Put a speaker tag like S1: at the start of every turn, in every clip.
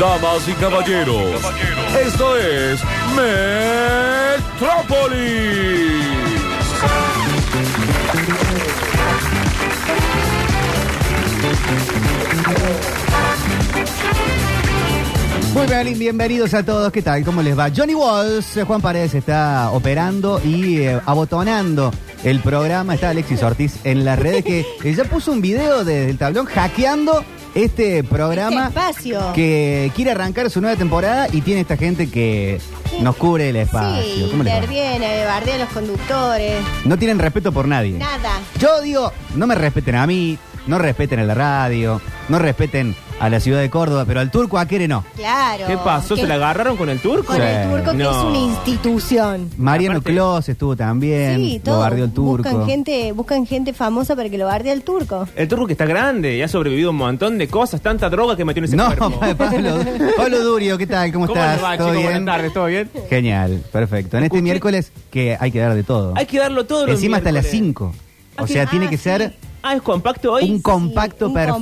S1: Damas y caballeros, esto es Metrópolis.
S2: Muy bien, y bienvenidos a todos. ¿Qué tal? ¿Cómo les va? Johnny Walls, eh, Juan Paredes está operando y eh, abotonando el programa. Está Alexis Ortiz en las redes que eh, ya puso un video de- del tablón hackeando este programa
S3: Este espacio.
S2: que quiere arrancar su nueva temporada y tiene esta gente que nos cubre el espacio.
S3: Sí,
S2: ¿Cómo les va?
S3: interviene, bardea a los conductores,
S2: No tienen respeto por nadie.
S3: nada.
S2: Yo digo, no me respeten a mí, no respeten a la radio, no respeten a la ciudad de Córdoba, pero al turco aquere no.
S3: Claro.
S4: ¿Qué pasó?
S3: Que-
S4: ¿Se la agarraron con el turco?
S3: Con el
S2: Sí.
S3: turco, que
S4: No.
S3: es una institución.
S2: Mariano
S4: Aparte-
S2: Clos estuvo también,
S3: sí,
S2: lo
S3: todo.
S2: bardeó el turco.
S3: Buscan gente, buscan gente famosa para que lo bardee al turco.
S4: El turco que está grande y ha sobrevivido a un montón de cosas, tanta droga que metió en ese
S2: no,
S4: cuerpo.
S2: pa- Pablo, Pablo Durio, ¿qué tal? ¿Cómo,
S4: ¿Cómo
S2: estás?
S4: le va,
S2: ¿Todo
S4: chicos?
S2: bien?
S4: Buenas tardes, ¿todo bien?
S2: Genial, perfecto. En este
S4: Escuché-
S2: miércoles que hay que dar de todo.
S4: Hay que darlo todo los
S2: Encima hasta las
S4: miércoles.
S2: 5. O
S4: Ah,
S2: sea,
S3: que-
S2: tiene
S3: ah,
S2: que
S3: sí.
S2: ser
S4: Ah, ¿es compacto hoy?
S2: un compacto
S3: un
S2: perfecto,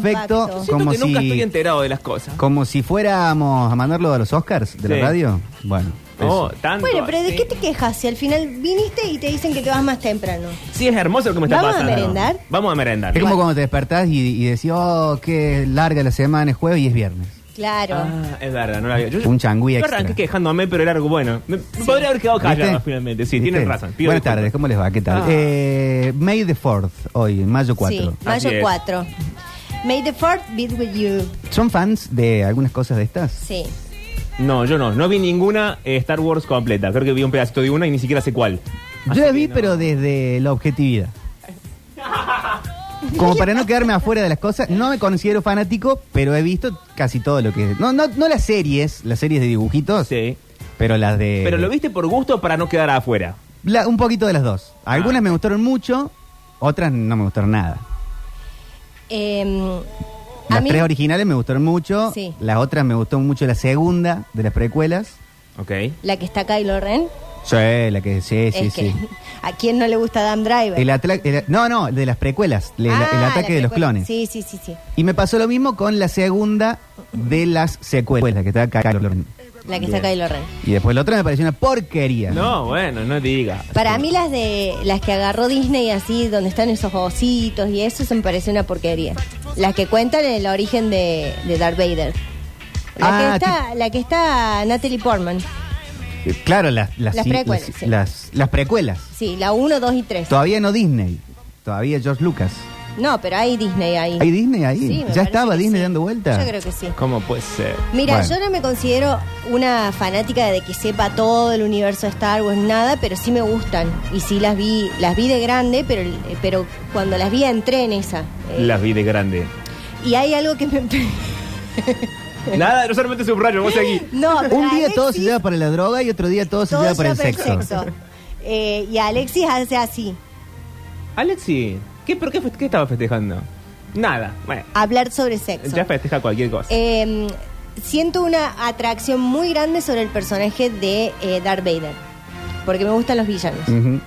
S3: compacto.
S4: Siento
S2: como
S4: que
S2: si
S4: nunca estoy enterado de las cosas.
S2: como si fuéramos a mandarlo a los Oscars de la
S4: Sí.
S2: radio. Bueno,
S4: No,
S2: eso.
S4: tanto
S3: Bueno, pero ¿de
S4: así.
S3: qué te quejas si al final viniste y te dicen que te vas más temprano?
S4: Sí, es hermoso lo que me está
S3: ¿Vamos a
S4: pasando.
S3: merendar?
S4: Vamos a merendar.
S2: es como cuando te despertás y, y decís, oh, qué larga la semana, es jueves y es viernes.
S3: Claro.
S4: Ah, es verdad, no lo había. Yo,
S2: Un changüí
S4: yo
S2: extra.
S4: arranqué quejándome, pero el algo bueno. Me, me podría haber quedado callado
S2: ¿Viste?
S4: Oh, finalmente. Sí,
S2: ¿Viste?
S4: tienes razón. Pido
S2: Buenas
S4: disculpas.
S2: tardes, ¿cómo les va? ¿Qué tal?
S4: Ah.
S2: Eh, May the 4th, hoy, mayo 4.
S3: Sí, mayo
S4: Así es.
S3: 4. May the fourth be with you.
S2: ¿Son fans de algunas cosas de estas?
S3: Sí.
S4: No, yo no. No vi ninguna eh, Star Wars completa. Creo que vi un pedacito de una y ni siquiera sé cuál.
S2: Yo las vi, pero desde la objetividad. Como para no quedarme afuera de las cosas, no me considero fanático, pero he visto casi todo lo que... No, no, no las series, las series de dibujitos,
S4: Sí.
S2: pero las de...
S4: Pero lo viste por gusto para no quedar afuera.
S2: La- un poquito de las dos.
S4: Ah.
S2: Algunas me gustaron mucho, otras no me gustaron nada.
S3: Em, a
S2: Las
S3: mí-
S2: tres originales me gustaron mucho,
S3: Sí.
S2: las otras me gustó mucho la segunda de las precuelas.
S4: Ok.
S3: la que está Kylo Ren.
S2: Sí, la que sí, sí,
S3: es que
S2: sí.
S3: a quién no le gusta Adam Driver.
S2: El atla- el- no, no, el de las precuelas, el, el
S3: Ah,
S2: ataque
S3: la
S2: de los
S3: precuela.
S2: clones.
S3: Sí, sí, sí, sí.
S2: Y me pasó lo mismo con la segunda de las secuelas, que está Kylo Ren.
S3: La que está
S4: Bien.
S3: Kylo Ren.
S2: Y después la otra me pareció una porquería.
S4: No, bueno, no digas.
S3: Para mí las de las que agarró Disney así, donde están esos ositos y eso, se me parece una porquería. Las que cuentan el origen de, de Darth Vader. La,
S2: Ah,
S3: que está, la que está Natalie Portman.
S2: Eh, Claro, las, las,
S3: Las
S2: sí,
S3: precuelas,
S2: las-
S3: sí.
S2: las- las precuelas.
S3: Sí, la 1, 2 y 3.
S2: Todavía no Disney, todavía George Lucas.
S3: No, pero hay Disney ahí.
S2: ¿Hay Disney ahí?
S3: Sí, me
S2: ¿Ya
S3: parece
S2: estaba
S3: que
S2: Disney
S3: sí.
S2: dando vueltas?
S3: Yo creo que sí.
S4: ¿Cómo puede ser?
S3: Mira,
S2: Bueno.
S3: yo no me considero una fanática de que sepa todo el universo de Star Wars, nada, pero sí me gustan. Y sí las vi, las vi de grande, pero, pero cuando las vi entré en esa. Eh,
S4: Las vi de grande.
S3: Y hay algo que me...
S4: Nada, no solamente subrayo, vos seguí.
S3: no, pero
S2: Un día todo se
S3: Alexis-
S2: lleva para la droga y otro día todo se
S3: todo
S2: lleva para el
S3: lleva
S2: sexo.
S3: Eh, y Alexis hace así,
S4: Alexi, ¿qué, pero qué, fest- qué estaba festejando? Nada. Bueno,
S3: hablar sobre sexo.
S4: ya festeja cualquier cosa.
S3: Eh, siento una atracción muy grande sobre el personaje de eh, Darth Vader, porque me gustan los villanos.
S2: Ujú.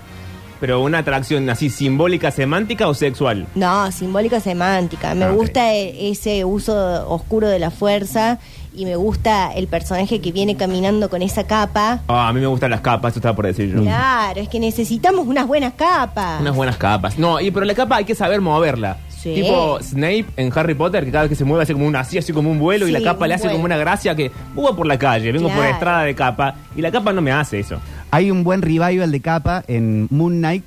S4: Pero una atracción así simbólica, semántica o sexual.
S3: No, simbólica semántica. Me
S4: Ah, ok.
S3: gusta e- ese uso oscuro de la fuerza y me gusta el personaje que viene caminando con esa capa.
S4: Ah, a mí me gustan las capas, eso estaba por decir yo.
S3: Claro, es que necesitamos unas buenas capas.
S4: Mm. Unas buenas capas. No, y pero la capa hay que saber moverla.
S3: Sí.
S4: Tipo Snape en Harry Potter, que cada vez que se mueve hace como un así, así como un vuelo, y
S3: Sí,
S4: la capa
S3: un
S4: le hace
S3: vuelo.
S4: como una gracia que hubo por la calle, vengo por la
S3: Claro.
S4: estrada de capa, y la capa no me hace eso.
S2: Hay un buen revival de capa en Moon Knight,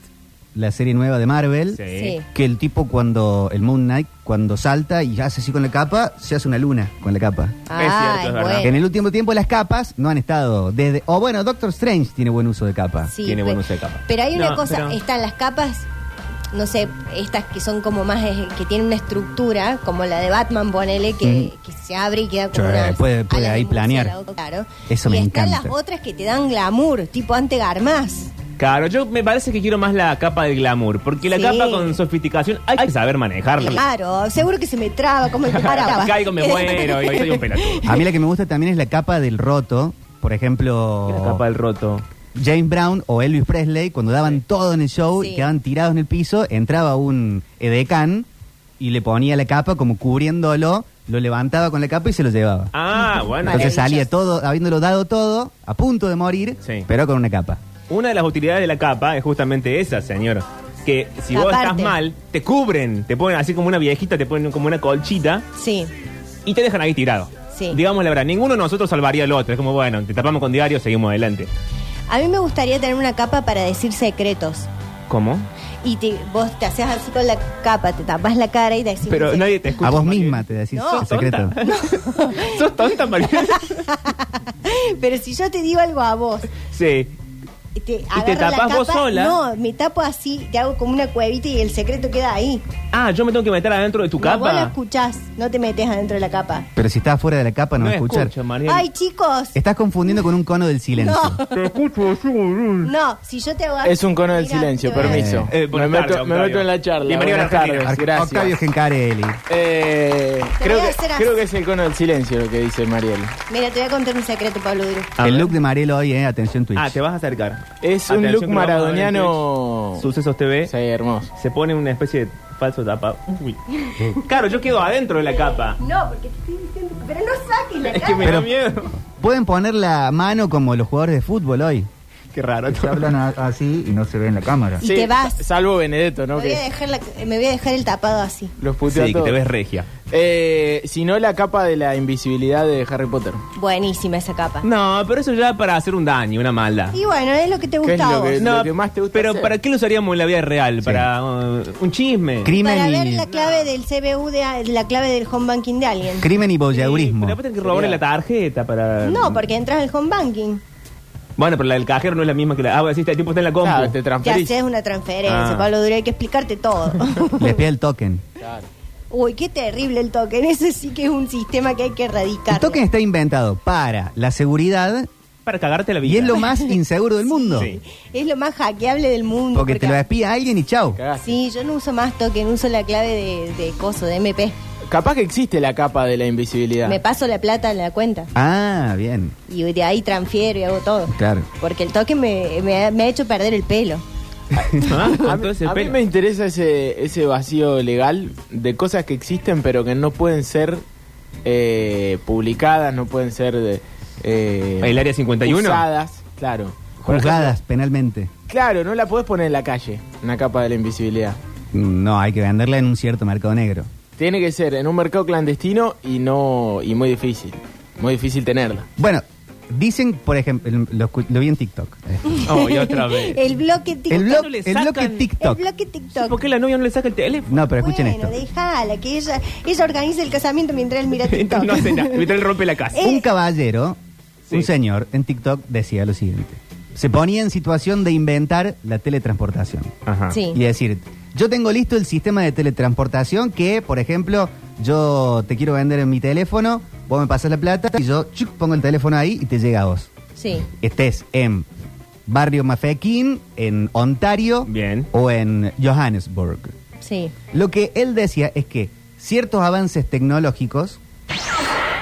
S2: la serie nueva de Marvel.
S3: Sí.
S2: Que el tipo cuando, el Moon Knight, cuando salta y hace así con la capa, se hace una luna con la capa.
S3: Ah,
S4: cierto, es
S3: es
S4: verdad.
S2: En
S3: bueno.
S2: el último tiempo las capas no han estado desde... O bueno, Doctor Strange tiene buen uso de capa.
S3: Sí,
S4: tiene
S3: pe-
S4: buen uso de capa.
S3: Pero hay una
S4: No,
S3: cosa,
S4: pero-
S3: están las capas, no sé, estas que son como más, eh, que tienen una estructura, como la de Batman, ponele, que, que se abre y queda como
S2: Sí,
S4: eh,
S3: una...
S2: puede- puede
S3: ala de
S2: ahí
S3: un
S2: planear.
S3: murciélago, Claro.
S2: Eso
S3: y
S2: me
S3: están
S2: encanta.
S3: las otras que te dan glamour, tipo Ante Garmas.
S4: Claro, yo me parece que quiero más la capa del glamour, porque la
S3: Sí. Ah,
S4: capa con sofisticación hay que saber manejarla.
S3: Claro, seguro que se me traba, como el que paraba.
S4: Caigo, me muero y soy un pelotudo.
S2: A mí la que me gusta también es la capa del roto. Por ejemplo,
S4: La capa del roto.
S2: James Brown o Elvis Presley, cuando daban todo en el show
S3: Sí.
S2: y quedaban tirados en el piso, entraba un edecán y le ponía la capa como cubriéndolo, lo levantaba con la capa y se lo llevaba.
S4: Ah, bueno.
S2: Entonces
S3: Maravilloso.
S2: salía todo, habiéndolo dado todo, a punto de morir,
S4: Sí.
S2: pero con una capa.
S4: Una de las utilidades de la capa es justamente esa, señor. Que si vos
S3: Taparte.
S4: estás mal, te cubren, te ponen así como una viejita, te ponen como una colchita
S3: Sí.
S4: y te dejan ahí tirado.
S3: Sí.
S4: Digamos la verdad, ninguno de nosotros salvaría al otro. Es como, bueno, te tapamos con diario, seguimos adelante.
S3: A mí me gustaría tener una capa para decir secretos.
S4: ¿Cómo?
S3: Y te- vos te hacías así con la capa, te tapas la cara y decís.
S4: Pero
S3: un
S4: nadie te escucha.
S2: a vos
S4: Mariel.
S2: misma te decís
S3: No.
S2: el secreto.
S4: Tonta. ¿Sos tonta, Mariel?
S3: secreto. Pero si yo te digo algo a vos,
S4: sí.
S3: y te,
S4: Y
S3: agarro
S4: te
S3: la
S4: tapás vos
S3: capa,
S4: sola.
S3: No, me tapo así, te hago como una cuevita y el secreto queda ahí.
S4: Ah, yo me tengo que meter adentro de tu
S3: No, Vos la
S4: capa.
S3: escuchás, no te metes adentro de la capa.
S2: Pero si estás fuera de la capa no, va a escuchar.
S4: escucho, Mariel.
S3: Ay, chicos.
S2: Estás confundiendo con un cono del silencio.
S3: No,
S4: Te escucho, Em.
S3: no, si yo te hago
S5: Es un cono del
S3: Mira,
S5: silencio,
S3: te voy a-
S5: permiso.
S4: Eh, buenas
S5: me, meto,
S4: tardes,
S5: me
S4: Octavio.
S5: meto en la charla.
S4: Bienvenido a
S5: buenas
S4: la Argentina.
S5: tardes,
S2: Ar- Octavio
S5: gracias.
S2: Gencarelli.
S5: Eh,
S3: Te
S5: creo,
S3: voy a
S5: que,
S3: hacer así.
S5: creo que es el cono del silencio lo que dice Mariel.
S3: Mira, te voy a contar un secreto, Pablo Duro.
S4: A
S2: El
S4: ver.
S2: look de Mariel hoy, eh, atención Twitch.
S4: Ah, te vas a acercar.
S5: Es
S4: Atención,
S5: un look
S4: que lo vamos a ver en
S5: maradoniano.
S4: Twitch. Sucesos TV.
S5: Sí, hermoso.
S4: Se pone una especie de falso tapa. Uy. Claro, yo quedo adentro de la capa.
S3: No, porque te estoy diciendo. Pero no saques la
S4: Es que
S3: capa.
S4: me
S2: Pero-
S4: da miedo.
S2: Pueden poner la mano como los jugadores de fútbol hoy.
S4: Qué raro.
S6: Se hablan a- así y no se ve en la cámara.
S3: Y te vas.
S5: Salvo Benedetto,
S3: Me
S5: ¿no?
S3: voy, a
S5: Que
S3: dejar la- me voy a dejar el tapado así.
S5: los puteó a
S4: Sí, que te
S5: todos.
S4: ves regia.
S5: Eh, si no, la capa de la invisibilidad de Harry Potter.
S3: Buenísima esa capa.
S4: No, pero eso ya para hacer un daño, una maldad.
S3: Y bueno, es lo que te
S5: ¿Qué es
S3: gusta a
S5: lo
S3: vos.
S5: que-
S4: No,
S5: lo más te gusta
S4: pero
S5: hacer.
S4: ¿para qué lo usaríamos en la vida real? ¿Para uh, un chisme?
S2: Crimen
S3: Para ver
S2: y,
S3: la clave del CBU, de, la clave del home banking de alguien.
S2: crimen y
S4: Sí,
S2: voyeurismo.
S4: Pero después tenés que robarle la tarjeta para...
S3: No, porque entras al home banking.
S4: Bueno, pero la del cajero no es la misma que la... Ah, bueno, sí, este tipo está en la compu.
S5: Claro, te
S3: Te
S5: transferís.
S3: haces una transferencia,
S4: Ah.
S3: Pablo Duro, hay que explicarte todo.
S2: Les pide el token.
S5: Claro.
S3: Uy, qué terrible el token. Ese sí que es un sistema que hay que erradicar.
S2: El token está inventado para la seguridad
S4: Para cagarte la vida.
S2: y es lo más inseguro del mundo.
S4: Sí.
S3: Es lo más hackeable del mundo.
S2: Porque te lo espía alguien y chau.
S5: Cagaste.
S3: Sí, yo no uso más token, uso la clave de, de coso, de MP.
S5: Capaz que existe la capa de la invisibilidad.
S3: Me paso la plata en la cuenta
S2: Ah, bien.
S3: y de ahí transfiero y hago todo.
S2: Claro.
S3: Porque el token me, me ha- me ha hecho perder el pelo.
S4: Ah,
S5: A, mí-
S4: entonces,
S5: a mí
S4: pero-
S5: me interesa ese, ese vacío legal de cosas que existen pero que no pueden ser eh, publicadas, no pueden ser de, eh,
S4: ¿El Área 51?
S5: usadas, claro. Por
S2: Juzgadas penalmente.
S5: ejemplo, Claro, no la podés poner en la calle, una capa de la invisibilidad.
S2: Mm, No, hay que venderla en un cierto mercado negro.
S5: Tiene que ser en un mercado clandestino y no y muy difícil, muy difícil tenerla.
S2: Bueno, dicen, por ejemplo, lo, escu- lo vi en TikTok.
S4: Oh, y otra vez.
S3: El bloque TikTok.
S2: El,
S4: no
S2: blog-
S4: le
S2: el
S4: sacan-
S2: bloque
S3: El
S2: TikTok.
S3: bloque
S4: Sí,
S3: TikTok.
S4: ¿Por qué la novia no le saca el teléfono?
S2: No, pero escuchen
S3: bueno,
S2: esto.
S3: déjala, que ella, ella organiza el casamiento mientras él mira TikTok.
S4: Entonces no hace nada. Mientras él rompe la casa.
S3: Eh.
S2: Un caballero,
S4: Sí.
S2: un señor, en TikTok decía lo siguiente. Se ponía en situación de inventar la teletransportación.
S4: Ajá.
S3: Sí.
S2: Y decir, yo tengo listo el sistema de teletransportación que, por ejemplo, yo te quiero vender en mi teléfono, vos me pasas la plata y yo chuc, pongo el teléfono ahí y te llega a vos.
S3: Sí.
S2: Estés en Barrio Mafequín, en Ontario
S4: Bien.
S2: o en Johannesburg.
S3: Sí.
S2: Lo que él decía es que ciertos avances tecnológicos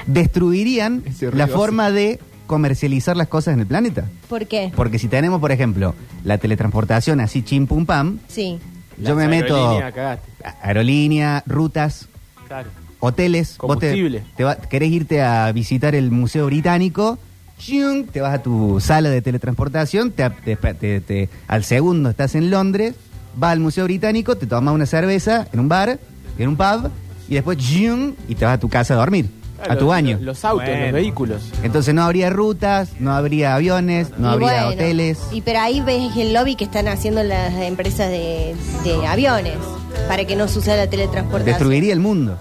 S2: destruirían
S4: Ese ruido
S2: la
S4: hace.
S2: forma de comercializar las cosas en el planeta.
S3: ¿Por qué?
S2: Porque si tenemos, por ejemplo, la teletransportación así chim pum pam,
S3: Sí.
S2: yo me meto
S5: Aerolínea, cagaste.
S2: aerolínea, rutas,
S5: Claro.
S2: hoteles, vos te-
S5: Combustible.
S2: te va- querés irte a visitar el Museo Británico, chiung, te vas a tu sala de teletransportación, te, te- te- te- al segundo estás en Londres, vas al Museo Británico, te tomas una cerveza en un bar, en un pub, y después chiung, y te vas a tu casa a dormir, a
S5: Claro,
S2: tu baño.
S5: Los, Ah, los autos,
S4: Bueno.
S5: los vehículos.
S2: Entonces no habría rutas, no habría aviones, no
S3: Y
S2: habría
S3: bueno,
S2: hoteles.
S3: Y pero ahí ves el lobby que están haciendo las empresas de, de aviones para que no suceda la teletransportación.
S2: Destruiría el mundo.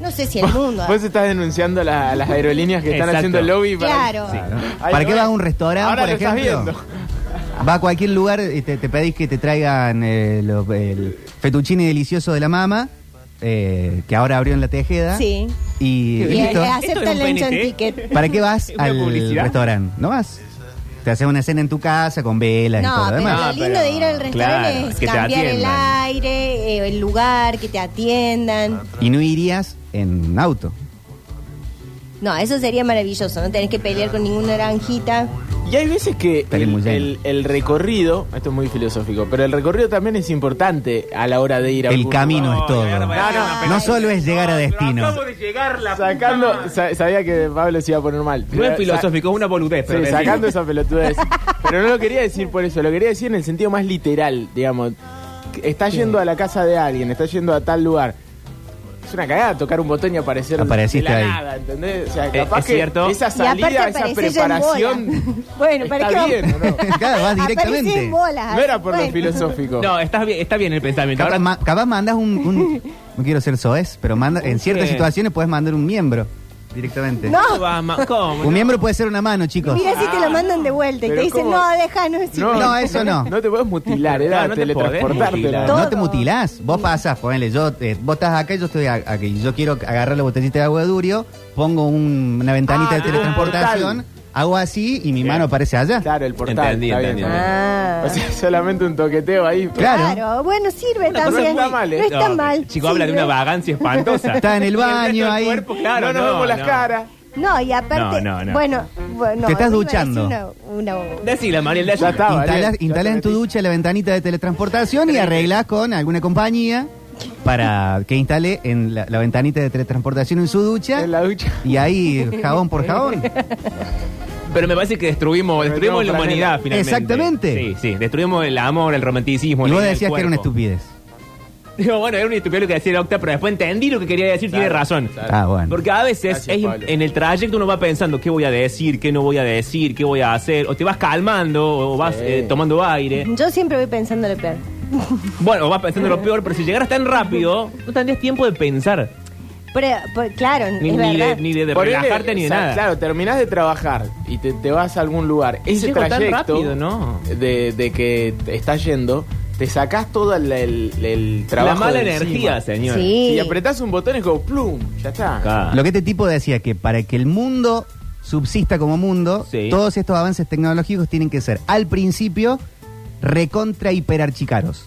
S3: No sé si el mundo.
S5: Vos estás denunciando la- las aerolíneas que están
S4: Exacto.
S5: haciendo lobby Pues para...
S3: Claro.
S5: Ah, Ahí
S2: ¿Para
S5: lo
S2: qué
S5: ves.
S2: vas a un restaurante,
S5: Ahora
S2: por
S5: lo estás
S2: ejemplo? Va a cualquier lugar y te, te pedís que te traigan eh, los- el fettuccine delicioso de la mama, eh, que ahora abrió en la Tejeda.
S3: Sí.
S2: Y
S3: Y
S2: listo.
S3: eh,
S4: ¿Esto
S3: acepta
S4: es
S3: el
S4: un
S3: luncheon
S4: PNT?
S3: ticket.
S2: ¿Para qué vas
S4: ¿Una
S2: al
S4: publicidad?
S2: restaurante? No vas. Te haces una cena en tu casa con velas y
S3: No,
S2: todo lo
S3: pero
S2: demás.
S3: lo
S4: Ah,
S3: lindo
S4: pero-
S3: de ir al restaurante
S4: claro,
S3: es
S4: que te
S3: cambiar el
S4: atiendan.
S3: aire, eh, el lugar, que te atiendan.
S2: Y no irías en auto.
S3: No, eso sería maravilloso. No tenés que pelear con ninguna naranjita.
S5: Y hay veces que
S2: Estaría muy
S5: el,
S2: lleno.
S5: el- el recorrido, esto es muy filosófico, pero el recorrido también es importante a la hora de ir a
S2: El
S5: algún
S2: camino
S5: lugar.
S2: es todo.
S5: No, no,
S2: No solo es llegar a destino.
S5: Sacando, sa- sabía que Pablo se iba a poner mal.
S4: No es
S5: Sa-
S4: filosófico, es una boludez.
S5: Sí,
S4: pero
S5: sacando
S4: decimos.
S5: esa pelotudez. Pero no lo quería decir por eso, lo quería decir en el sentido más literal, digamos. Que Está yendo a la casa de alguien, está yendo a tal lugar. Es una cagada tocar un botón y aparecer
S2: Apareciste
S5: de la
S2: ahí.
S5: nada, ¿entendés? O sea,
S4: Eh,
S5: capaz
S4: es
S5: que
S4: cierto.
S5: esa
S3: Y aparte
S5: salida, esa
S3: aparecés en
S5: preparación.
S3: bola. Bueno, ¿para
S5: está
S3: qué
S5: bien, ¿o no?
S2: Claro, vas
S3: Aparecés
S2: directamente.
S3: en bolas.
S5: No era por lo
S3: Bueno.
S5: filosófico.
S4: No, está bien, está bien el pensamiento.
S2: Capaz,
S4: Ahora,
S2: ma- capaz mandas un, un- No quiero ser soez, pero manda, en ciertas
S4: qué?
S2: situaciones puedes mandar un miembro directamente.
S3: No.
S4: ¿cómo va, ma- ¿Cómo?
S2: Un miembro puede ser una mano, chicos.
S3: Mira si te lo mandan de vuelta y
S5: Pero
S3: te dicen,
S5: ¿cómo?
S3: no, deja, no es
S2: No,
S3: chico".
S2: eso no.
S5: No te puedes mutilar, era
S4: No, no te podés
S5: teletransportarte.
S4: mutilar.
S5: ¿no?
S2: Eh, No te mutilás. Vos pasás, ponele, yo, eh, vos estás acá y yo estoy a- aquí. Yo quiero agarrar la botellita de agua de Durio, pongo un- una ventanita
S5: Ah,
S2: de teletransportación, hago así y mi
S4: Bien.
S2: mano aparece allá.
S5: Claro, el portal.
S4: Entendí,
S5: está bien,
S4: entendí.
S5: está bien.
S3: Ah.
S5: O sea, solamente un toqueteo ahí.
S2: Claro.
S3: Claro. bueno, sirve
S5: pero
S3: también.
S5: no está mal, ¿eh?
S3: No está mal.
S4: Chico, habla de una
S3: sirve.
S4: vagancia espantosa.
S2: ¿eh? Está en el
S4: Y resto
S2: baño
S4: del
S2: ahí.
S4: cuerpo, claro,
S5: no nos vemos las
S4: no.
S5: caras.
S3: No, y aparte,
S4: No, no, no.
S3: bueno, bueno,
S2: Te estás
S3: iba a decir
S2: duchando.
S3: Una, una-
S4: Decila, Mariel,
S5: Ya
S4: decila.
S5: está,
S2: Instalás,
S5: Mariel, ya
S2: instalás
S5: te
S2: en tu
S5: metiste.
S2: ducha la ventanita de teletransportación y arreglás con alguna compañía para que instale en la, la ventanita de teletransportación en su ducha.
S5: En la ducha.
S2: Y ahí, jabón por jabón.
S4: Pero me parece que destruimos,
S5: Pero
S4: destruimos la
S5: tenemos
S4: humanidad finalmente.
S2: Exactamente.
S4: Sí, sí, destruimos el amor, el romanticismo.
S2: y
S4: el-
S2: vos
S4: el
S2: decías que era una
S4: cuerpo.
S2: estupidez.
S4: Digo, bueno, era una estupidez lo que decía el Octa, pero después entendí lo que quería decir, tiene razón.
S2: Ah, bueno.
S4: Porque a veces
S5: Gracias,
S4: es-
S5: Pablo.
S4: en el trayecto uno va pensando qué voy a decir, qué no voy a decir, qué voy a hacer, o te vas calmando, o vas
S5: Sí.
S4: eh, tomando aire.
S3: Yo siempre voy pensando lo peor.
S4: Bueno, o vas pensando lo peor, pero si llegaras tan rápido, no tendrías tiempo de pensar,
S3: Pero, por- claro,
S4: ni,
S3: es
S4: ni de,
S3: verdad.
S4: ni de, de
S5: Ponele,
S4: relajarte ni de
S5: o sea,
S4: nada.
S5: Claro, terminás de trabajar y te, te vas a algún lugar.
S4: Y
S5: Ese
S4: llego tan
S5: trayecto
S4: rápido, ¿no?
S5: de, de que te estás yendo, te sacás todo el, el- el trabajo.
S4: La mala
S5: de encima.
S4: energía, señor.
S3: Sí.
S5: Si apretás un botón es como plum, ya está.
S4: Acá.
S2: Lo que este tipo decía que para que el mundo subsista como mundo,
S4: Sí.
S2: todos estos avances tecnológicos tienen que ser al principio recontra hiperarchicaros.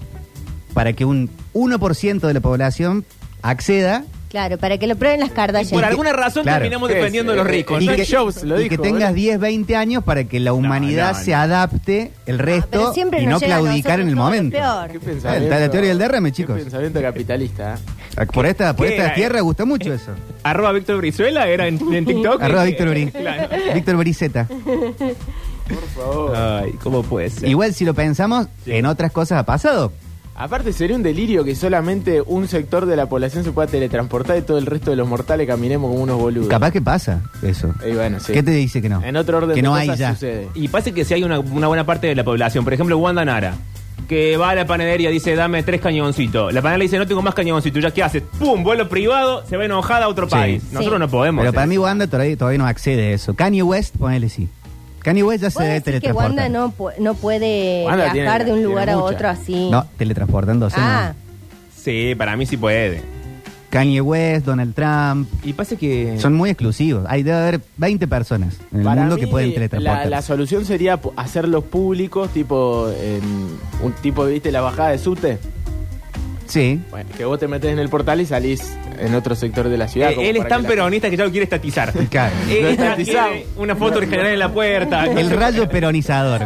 S2: Para que un 1% de la población acceda
S3: Claro, para que lo prueben las Kardashian.
S4: Por alguna razón
S2: Claro.
S4: terminamos dependiendo de los ricos.
S5: Y
S4: ¿no?
S5: que- Jobs lo
S2: y
S5: dijo,
S2: que tengas
S5: ¿eh?
S2: 10, 20 años para que la humanidad
S4: no,
S2: se
S4: no.
S2: adapte el resto
S3: Ah, pero siempre
S2: y
S3: nos
S2: no
S3: llega a
S2: claudicar en el
S3: nosotros
S2: momento.
S3: todo lo peor.
S5: Qué pensamiento-
S2: Está la teoría del derrame, chicos.
S5: Qué pensamiento capitalista. ¿eh?
S2: Ah, Por esta, por
S4: ¿Qué
S2: esta
S4: era?
S2: tierra gusta mucho eso.
S4: Arroba Víctor Brizuela era en, en TikTok.
S2: Arroba Víctor Uri.
S4: Claro.
S2: Víctor Uri Z.
S5: Por favor.
S4: Ay, ¿cómo puede ser?
S2: Igual si lo pensamos, en otras cosas ha pasado.
S5: Aparte sería un delirio que solamente un sector de la población se pueda teletransportar y todo el resto de los mortales caminemos como unos boludos.
S2: Capaz que pasa eso.
S5: Y bueno, sí.
S2: ¿Qué te dice que no?
S5: En otro orden
S2: Que
S5: de
S2: no hay
S5: cosas
S2: ya.
S5: sucede.
S4: Y pasa que si hay una, una buena parte de la población, por ejemplo, Wanda Nara, que va a la panadería dice, dame tres cañoncitos. La panadería dice, no tengo más cañoncitos. ¿Ya qué haces? ¡Pum! Vuelo privado, se va enojada a otro
S2: Sí.
S4: país.
S3: Sí.
S4: Nosotros no podemos.
S2: Pero para
S4: hacer
S2: mí
S4: eso.
S2: Wanda todavía, todavía no accede a eso. Kanye West, ponele sí. Kanye West ya se
S3: ¿Vos
S2: debe
S3: decís que Wanda
S2: teletransportar.
S3: no, pu- no puede
S5: Wanda tiene-
S3: viajar de un
S5: tiene
S3: lugar a
S5: mucha.
S3: otro así.
S2: No, teletransportándose.
S3: ah,
S2: no.
S4: Sí, para mí sí puede.
S2: Kanye West, Donald Trump,
S4: Y pasa que... eh,
S2: Son muy exclusivos. Hay debe haber 20 personas en el
S5: Para
S2: mundo
S5: mí,
S2: que pueden
S5: la,
S2: teletransportar.
S5: la solución sería pu- hacerlos públicos, tipo en- un tipo, ¿viste la bajada de subte?
S2: Sí.
S5: Bueno, que vos te metes en el portal y salís en otro sector de la ciudad.
S4: Eh,
S5: como
S4: él es
S5: para
S4: tan
S5: que la-
S4: peronista que ya lo quiere estatizar.
S2: Claro.
S5: Lo
S4: Ella
S5: estatizado.
S4: quiere una foto original en la puerta.
S2: El rayo peronizador.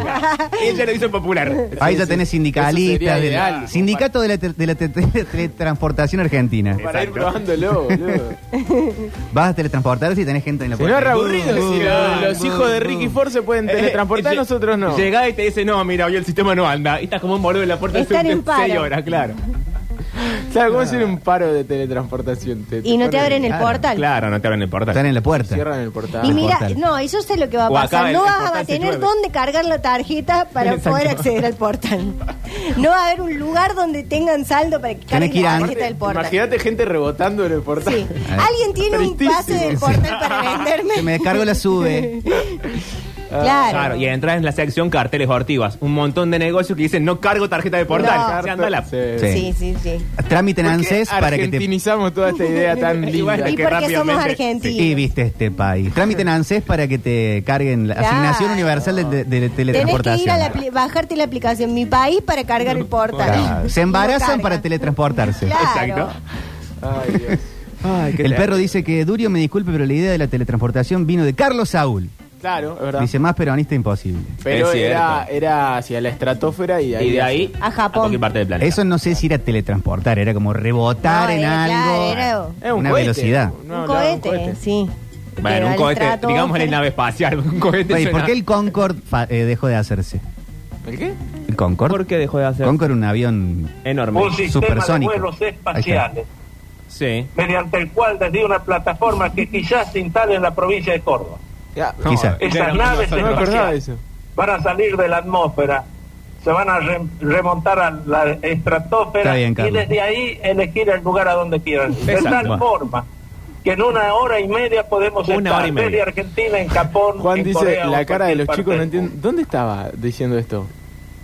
S4: Ella lo hizo popular.
S2: Ahí ya tenés
S5: sí. Eso sería
S2: sindicalistas. del-
S5: ideal.
S2: sindicato de la, te- de la te- te- teletransportación argentina.
S5: Para ir
S4: Exacto.
S5: probándolo, boludo.
S2: Vas a teletransportar si tenés gente en la
S5: Si no
S2: puerta.
S5: es aburrido,
S2: Uh,
S5: si
S2: uh,
S5: lo- los
S2: uh,
S5: hijos de Ricky
S2: uh.
S5: Ford se pueden teletransportar,
S4: Eh,
S5: nosotros no.
S4: Llegá y te dice, no, mira, hoy el sistema no anda. Y estás como un boludo en la puerta
S3: Están en paro.
S4: 6 horas, claro.
S5: ¿Sabes
S2: Ah.
S5: cómo hacer un paro de teletransportación?
S3: y no te
S5: ponen-
S3: abren el
S2: Claro,
S3: portal.
S4: Claro, no te abren el
S2: Están
S4: portal.
S2: en la puerta.
S5: Cierran el portal.
S3: Y
S2: el
S3: mira,
S2: portal.
S3: no, y yo sé lo que va a
S4: O acá
S3: pasar.
S4: el-
S3: No
S4: el
S3: vas a
S4: portal se
S3: tener
S4: llueve.
S3: dónde cargar la tarjeta para
S4: Exacto.
S3: poder acceder al portal. No va a haber un lugar donde tengan saldo para que
S2: que
S3: carguen
S2: ir
S3: la
S2: a-
S3: tarjeta del portal.
S5: Imagínate gente rebotando en el portal.
S3: Sí. ¿Alguien tiene un
S5: Tristísimo.
S3: pase del portal para venderme?
S2: Que me descargo la sube.
S5: Ah,
S3: Claro.
S4: Claro, y entras en la sección carteles ortivas. Un montón de negocios que dicen, no cargo tarjeta de portal.
S3: No.
S4: Se anda la...
S5: Sí.
S3: Sí, sí, sí.
S2: Trámite en
S5: ¿Por qué
S2: ANSES para que te.
S5: Argentinizamos toda esta idea tan
S4: Y
S5: linda.
S4: bueno,
S3: Y
S4: que
S3: porque somos
S4: rápidamente-
S3: argentinos.
S2: Y viste este país. Trámite en ANSES para que te carguen la
S3: Claro.
S2: asignación universal de, de- de
S3: Tenés que
S2: teletransportación.
S3: ir a la apli- bajarte la aplicación Mi País para cargar el portal.
S2: Claro. Se
S3: No
S2: embarazan
S3: carga.
S2: para teletransportarse.
S3: Claro.
S4: Exacto.
S5: Ay, Dios.
S2: El perro dice que Durio me disculpe, pero la idea de la teletransportación vino de Carlos Saúl.
S5: Claro, es verdad.
S2: Dice más peronista imposible.
S5: Pero
S4: Es cierto.
S5: era, era hacia la estratosfera y de ahí.
S4: Y de ahí
S3: A Japón.
S4: cualquier parte del planeta.
S2: Eso no sé si era teletransportar, era como rebotar
S3: No,
S2: en
S3: era,
S2: algo.
S3: claro,
S5: Es un
S2: una
S5: cohete.
S2: velocidad.
S5: No,
S3: un,
S5: no,
S3: cohete,
S5: cohete.
S3: sí.
S4: Bueno, un cohete, digamos en nave espacial, un cohete.
S2: Oye, ¿por
S4: suena-
S2: qué el Concorde fa- eh, dejó de hacerse?
S5: ¿El qué?
S2: ¿El Concorde?
S4: ¿Por qué dejó de hacer?
S2: Concorde un avión
S4: Enorme.
S7: un sistema de
S2: Supersónico.
S7: vuelos
S2: Ahí
S7: espaciales,
S4: Sí.
S7: mediante el cual desde una plataforma que quizás se instale en la provincia de Córdoba.
S5: Ya,
S2: No, Quizá.
S7: Esas naves
S5: no me acordaba de
S7: espaciales
S5: eso.
S7: van a salir de la atmósfera, se van a re- remontar a la
S2: Está
S7: estratosfera
S2: bien,
S7: y
S2: Carlos.
S7: desde ahí elegir el lugar a donde quieran. De
S4: Exacto.
S7: tal forma que en una hora y media podemos
S4: Una hora
S7: estar
S4: y media.
S7: desde Argentina, en Japón,
S5: Juan
S7: en
S5: dice,
S7: Corea o
S5: la cara de los
S7: cualquier
S5: chicos no
S7: parte del
S5: entiende. ¿Dónde estaba diciendo esto?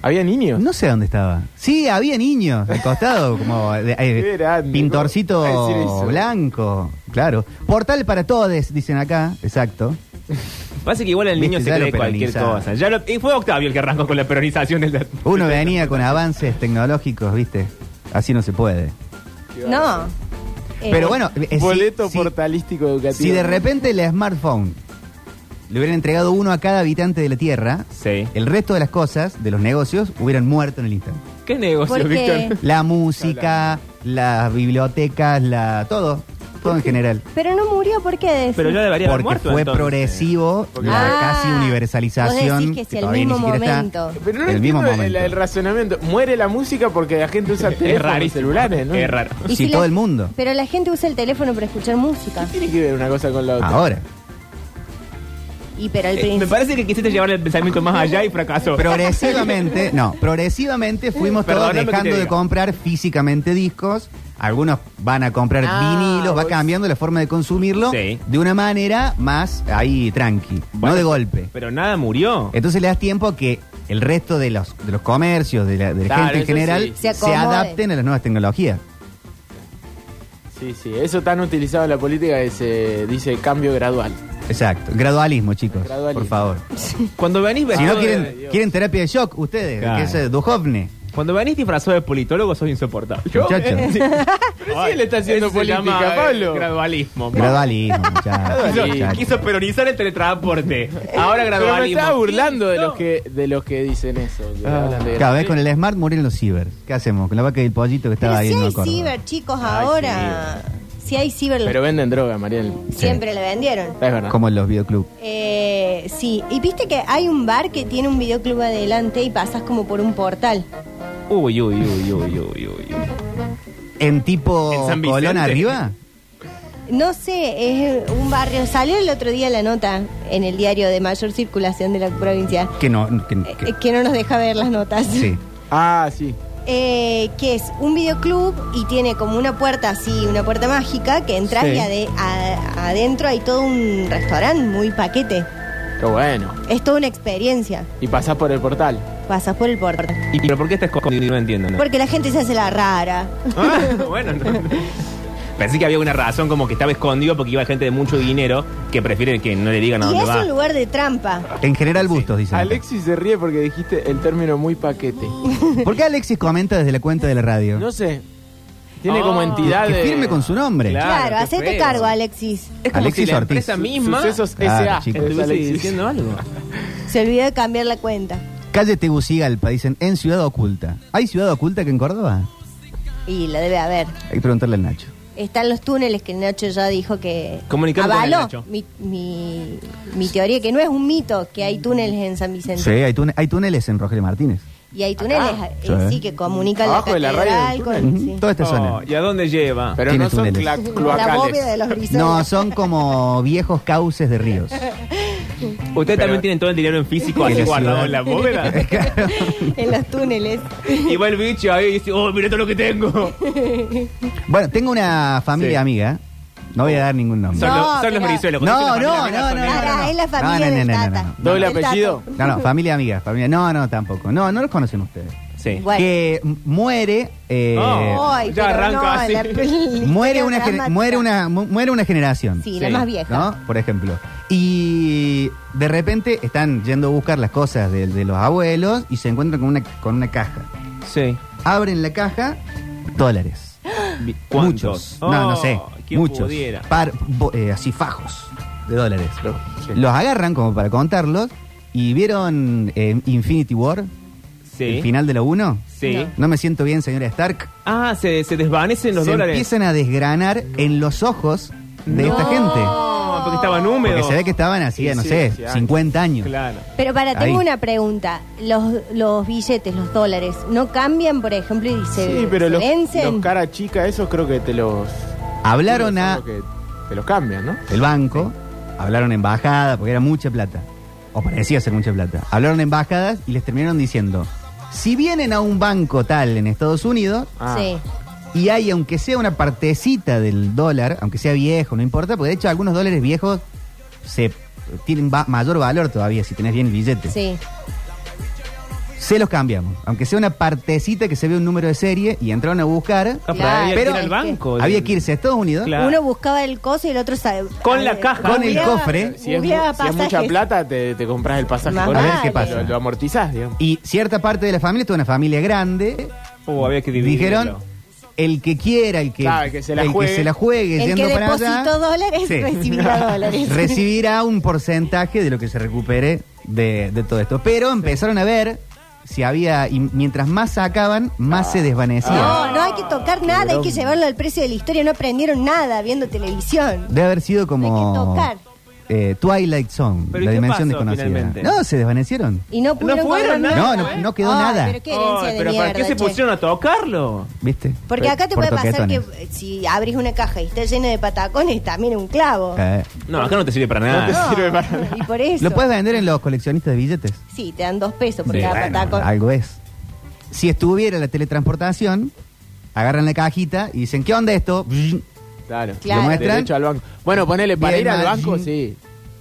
S5: ¿Había niños?
S2: No sé dónde estaba. Sí, había niños al costado, como de- eh,
S5: Qué grande,
S2: pintorcito
S5: ¿cómo va a decir eso?
S2: blanco. Claro. Portal para todos, dicen acá. Exacto.
S4: Pasa que igual el niño
S2: Viste,
S4: se
S2: ya
S4: cree
S2: lo
S4: cualquier
S2: peronizaba.
S4: cosa. Ya lo- y fue Octavio el que arrancó con la peronización del...
S2: Uno venía con avances tecnológicos, ¿viste? Así no se puede.
S3: No. Eh,
S2: Pero bueno, eh, si-
S5: Boleto
S2: si-
S5: portalístico educativo.
S2: si de repente el smartphone le hubieran entregado uno a cada habitante de la Tierra,
S4: Sí.
S2: el resto de las cosas, de los negocios, hubieran muerto en el instante.
S4: ¿Qué negocio,
S3: ¿Por qué?
S4: Víctor?
S2: La música, las bibliotecas, la todo, todo en general.
S3: Pero no murió, ¿por qué decís?
S4: Pero yo debería haber
S2: Porque
S4: muerto
S2: fue
S4: entonces.
S2: progresivo la
S3: Ah,
S2: casi
S3: vos
S2: universalización.
S3: decís que si al
S2: todavía ni
S3: mismo
S2: siquiera está.
S3: momento.
S5: Pero no
S2: el
S5: el
S2: mismo
S5: el,
S2: momento.
S5: el razonamiento. Muere la música porque la gente usa
S4: Es
S5: teléfonos y
S4: rarísimo.
S5: celulares, ¿no?
S4: Es raro.
S2: si todo el mundo.
S3: Pero la gente usa el teléfono para escuchar música.
S5: ¿Qué tiene que ver una cosa con la otra?
S2: Ahora.
S3: Y pero al
S4: Eh, me
S3: principio.
S4: parece que quisiste llevar el pensamiento más allá y fracasó.
S2: Progresivamente, no, progresivamente fuimos todos
S4: Perdóname que te
S2: dejando de
S4: diga.
S2: comprar físicamente discos. Algunos van a comprar
S5: Ah,
S2: vinilos, va
S5: vos-
S2: cambiando la forma de consumirlo
S4: Sí.
S2: de una manera más ahí tranqui, no
S4: Bueno.
S2: de golpe.
S4: Pero nada murió.
S2: Entonces le das tiempo a que el resto de los, de los comercios, de la, de la
S5: Claro,
S2: gente en
S5: eso
S2: general,
S5: sí.
S2: se,
S3: Se acomode.
S2: adapten a las nuevas tecnologías.
S5: Sí, sí. Eso tan utilizado en la política que se dice cambio gradual.
S2: Exacto. Gradualismo, chicos.
S5: Gradualismo.
S2: Por favor.
S4: Cuando venís
S2: Si
S4: vestido
S2: no
S4: de-
S2: quieren,
S5: Dios.
S2: quieren terapia de shock, ustedes,
S4: Claro.
S2: que es eh, Duchovny.
S4: Cuando venís disfrazado de politólogo sos insoportable. eh,
S2: Muchachos.
S4: Sí.
S5: Pero sí él está haciendo
S4: Eso se
S5: política,
S4: llama, eh,
S5: Pablo.
S4: Gradualismo.
S2: Gradualismo, muchachos.
S4: Quiso,
S5: Gradualismo.
S2: muchachos.
S4: quiso peronizar el teletransporte. Ahora
S5: Pero me
S4: gradualismo.
S5: estaba burlando de
S4: No.
S5: los que de los que dicen eso. que
S4: Ah.
S5: hablan de-
S2: Cada vez con el Smart murieron los ciber. ¿Qué hacemos? Con la vaca y el pollito que
S3: Pero
S2: estaba ahí
S3: si
S2: en
S3: hay
S2: Nueva Córdoba.
S3: ciber, chicos,
S5: Ay,
S3: ahora. Si hay ciber,
S5: Pero venden droga, Mariel.
S3: siempre le vendieron.
S5: Es verdad.
S2: Como en los videoclub.
S3: Eh, sí, y viste que hay un bar que tiene un videoclub adelante y pasas como por un portal.
S4: Uy, uy, uy, uy, uy, uy.
S2: ¿En tipo
S4: En San Vicente.
S2: Colón arriba?
S3: No sé, es un barrio. Salió el otro día la nota en el diario de mayor circulación de la provincia,
S2: Que no. que-
S3: eh,
S2: que-
S3: que no nos deja ver las notas.
S2: sí.
S5: Ah, sí.
S3: Eh, que es un videoclub y tiene como una puerta así, una puerta mágica, que entras
S5: Sí.
S3: y ade- a- adentro hay todo un restaurante muy paquete.
S5: Qué bueno.
S3: Es toda una experiencia.
S5: Y pasás por el portal.
S3: Pasas por el portal.
S4: ¿Y pero por qué está escondido? No entiendo. ¿no?
S3: Porque la gente se hace la rara.
S4: Ah, bueno, no. Pensé que había una razón como que estaba escondido porque iba gente de mucho dinero que prefiere que no le digan a
S3: Y
S4: dónde
S3: es
S4: va.
S3: un lugar de trampa.
S2: En general, bustos, dicen. acá.
S5: Alexis se ríe porque dijiste el término muy paquete.
S2: ¿Por qué Alexis comenta desde la cuenta de la radio?
S5: No sé. Tiene
S4: Ah,
S5: como entidad
S2: que
S5: de.
S2: firme con su nombre.
S4: Claro,
S3: Claro,
S4: qué
S3: hacete
S4: feo.
S3: cargo, Alexis.
S4: Es como
S2: Alexis
S4: si la
S2: Ortiz.
S4: empresa misma
S5: Sucesos
S2: Claro,
S5: S.A.
S2: chicos.
S5: es
S4: estuviese
S5: Alexis.
S4: diciendo algo.
S3: Se olvidó de cambiar la cuenta.
S2: Calle Tegucigalpa, dicen, en Ciudad Oculta. ¿Hay Ciudad Oculta que en Córdoba?
S3: Y la debe haber.
S2: Hay que preguntarle al Nacho.
S3: Están los túneles que Nacho ya dijo que
S4: Comunicate con el
S3: avaló
S4: Nacho.
S3: mi, mi, mi teoría, que no es un mito, que hay túneles en San Vicente.
S2: Sí, hay, túne- hay túneles en Rogelio Martínez.
S3: Y hay túneles eh, sí.
S2: Sí.
S3: que comunican
S5: Abajo de
S3: la
S5: la radio
S3: catedral
S5: del
S3: con...
S2: Ujú,
S3: sí.
S2: Toda esta
S4: Oh,
S2: zona.
S4: ¿Y a dónde lleva?
S5: Pero
S2: Tiene
S5: no son
S2: túneles.
S3: La
S5: cla-
S3: bóveda de
S5: cloacales.
S3: los grises.
S2: No, son como viejos cauces de ríos.
S4: Ustedes también tienen todo el dinero en físico
S2: Que
S4: así
S2: la ciudad-
S4: guardado en la bóveda.
S3: en los túneles.
S4: y va el bicho ahí y dice, oh, mira todo lo que tengo.
S2: Bueno, tengo una familia
S4: Sí.
S2: amiga. No voy a dar ningún nombre.
S4: Son,
S3: No,
S4: los- son los
S3: pero-
S4: brizuelos.
S2: No,
S4: Cuando dicen
S2: no,
S4: familia,
S2: no,
S4: son
S2: no,
S4: ellos.
S3: Pará, es la familia
S2: No, no,
S3: del
S2: no, no, no,
S3: Tata.
S2: no.
S5: Doble
S3: El Tata.
S5: apellido.
S2: No, no, familia amiga, familia. No, no, tampoco. No, no los conocen ustedes.
S4: Sí.
S3: Bueno.
S2: Que m- muere. eh,
S4: Oh.
S3: Ay, pero
S4: Ya arranca
S3: no,
S4: así.
S3: la- la
S2: Muere
S3: historia
S2: una, gene-
S3: dramática.
S2: muere, una, mu- muere una generación.
S3: Sí, la
S4: Sí.
S3: más vieja.
S2: ¿no? Por ejemplo. Y de repente están yendo a buscar las cosas de, de los abuelos y se encuentran con una, con una caja.
S4: Sí.
S2: Abren la caja, dólares.
S4: Vi-
S2: Muchos.
S4: ¿Cuántos?
S2: No, no sé.
S4: Oh, ¿quién
S2: Muchos.
S4: pudiera?
S2: Par- bo- eh, así fajos de dólares.
S5: Sí.
S2: Los agarran como para contarlos y vieron eh, Infinity War, el
S4: Sí.
S2: final de la 1.
S4: Sí.
S3: No.
S2: No me siento bien, señora Stark.
S4: Ah, se, se desvanecen los
S2: Se
S4: dólares.
S2: empiezan a desgranar en los ojos de esta gente.
S4: No, Ah, porque estaban
S2: Porque
S4: húmedos.
S2: se ve que estaban así,
S5: Sí,
S2: no
S5: sí,
S2: sé,
S5: sí, años.
S2: 50 años.
S4: Claro.
S3: Pero para, tengo
S2: Ahí.
S3: una pregunta. Los, los billetes, los dólares, ¿no cambian, por ejemplo, y se,
S5: Sí, pero
S3: se
S5: los,
S3: vencen?
S5: los cara chica, esos creo que te los.
S2: Hablaron
S5: son
S2: a
S5: los que Te los cambian, ¿no?
S2: el banco, hablaron a embajada, porque era mucha plata. O parecía ser mucha plata. Hablaron a embajadas y les terminaron diciendo, si vienen a un banco tal en Estados Unidos
S5: Ah.
S3: Sí.
S2: y hay, aunque sea una partecita del dólar, aunque sea viejo, no importa, porque de hecho algunos dólares viejos se tienen va- mayor valor todavía si tenés bien el billete.
S3: Sí.
S2: Se los cambiamos, aunque sea una partecita que se ve un número de serie y entraron a buscar.
S4: Ah, pero
S3: Claro,
S4: había
S2: pero-
S4: que ir al banco.
S2: Había que irse a Estados Unidos.
S4: Claro.
S3: Uno buscaba el coso y el otro sa-
S4: Con
S3: eh,
S4: la caja.
S2: Con el
S3: googleaba-
S2: cofre.
S5: Si es, mu-
S3: googleaba
S5: si es mucha
S3: pasajes.
S5: plata, te, te compras el pasaje.
S3: Más
S5: con
S2: A
S5: él.
S2: ver qué
S3: vale.
S2: pasa.
S5: Lo, lo amortizás, digamos.
S2: Y cierta parte de la familia, toda una familia grande,
S4: Oh, había que dividirlo.
S2: dijeron el que quiera, el que,
S5: Claro, el que se la juegue.
S2: se la juegue
S3: El
S2: yendo
S3: que
S2: para
S3: depositó
S2: allá,
S3: dólares
S2: sí,
S3: recibirá dólares.
S2: recibirá un porcentaje de lo que se recupere de, de todo esto. Pero empezaron a ver si había, y mientras más sacaban, más
S5: Ah.
S2: se desvanecía.
S3: No, no
S4: Ah.
S3: hay que tocar nada, hay que llevarlo al precio de la historia. No aprendieron nada viendo televisión.
S2: Debe haber sido como
S3: Hay que tocar.
S2: eh, Twilight Zone,
S4: Pero ¿y
S2: la
S4: qué
S2: dimensión
S4: pasó
S2: desconocida.
S4: finalmente?
S2: No, se desvanecieron.
S3: Y no pudieron
S4: fueron
S3: cobrar
S4: nada,
S2: ¿eh? No, no- no quedó
S3: Ay,
S2: nada.
S3: Pero qué herencia
S4: Ay,
S3: de
S4: pero ¿para
S3: mierda,
S4: qué
S3: che.
S4: se pusieron a tocarlo?
S2: ¿Viste?
S3: Porque acá te
S2: Por
S3: puede pasar que
S2: toquetones.
S3: eh, si abrís una caja y está llena de patacones, también es un clavo.
S2: Eh,
S4: No, acá no te sirve para nada.
S5: No te sirve para nada.
S3: Y por eso.
S2: Lo puedes vender en los coleccionistas de billetes.
S3: Sí, te dan dos pesos por
S2: Sí,
S3: cada
S2: bueno,
S3: patacón.
S2: Algo es. Si estuviera la teletransportación, agarran la cajita y dicen, ¿qué onda esto?
S5: Claro.
S3: Claro. ¿Lo
S2: muestran?
S5: Derecho al banco. Bueno, ponele, para
S2: Bien,
S5: ir al
S2: Maggi.
S5: banco, sí.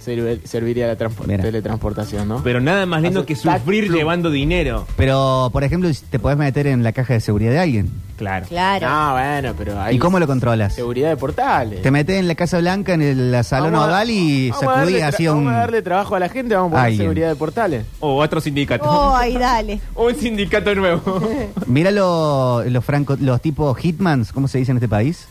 S5: sirve- serviría la transpo-
S2: Mira.
S5: teletransportación, ¿no?
S4: Pero nada más lindo
S5: Hace
S4: que
S5: tac,
S4: sufrir
S5: plum.
S4: llevando dinero.
S2: Pero, por ejemplo, te podés meter en la caja de seguridad de alguien.
S4: Claro.
S3: Claro.
S5: Ah, bueno, pero hay
S2: ¿Y cómo lo controlas?
S5: seguridad de portales.
S2: Te metes en la Casa Blanca, en el la salón
S5: Vamos a-
S2: oval y
S5: vamos a darle
S2: sacudís
S5: tra-
S2: así a un...
S5: Vamos a darle trabajo a la gente, vamos a poner
S2: Alguien.
S5: seguridad de portales.
S4: O otro sindicato.
S3: Oh, ay, dale.
S4: O un sindicato nuevo.
S2: Mira lo- los franco, los tipos hitmans, ¿cómo se dice en este país?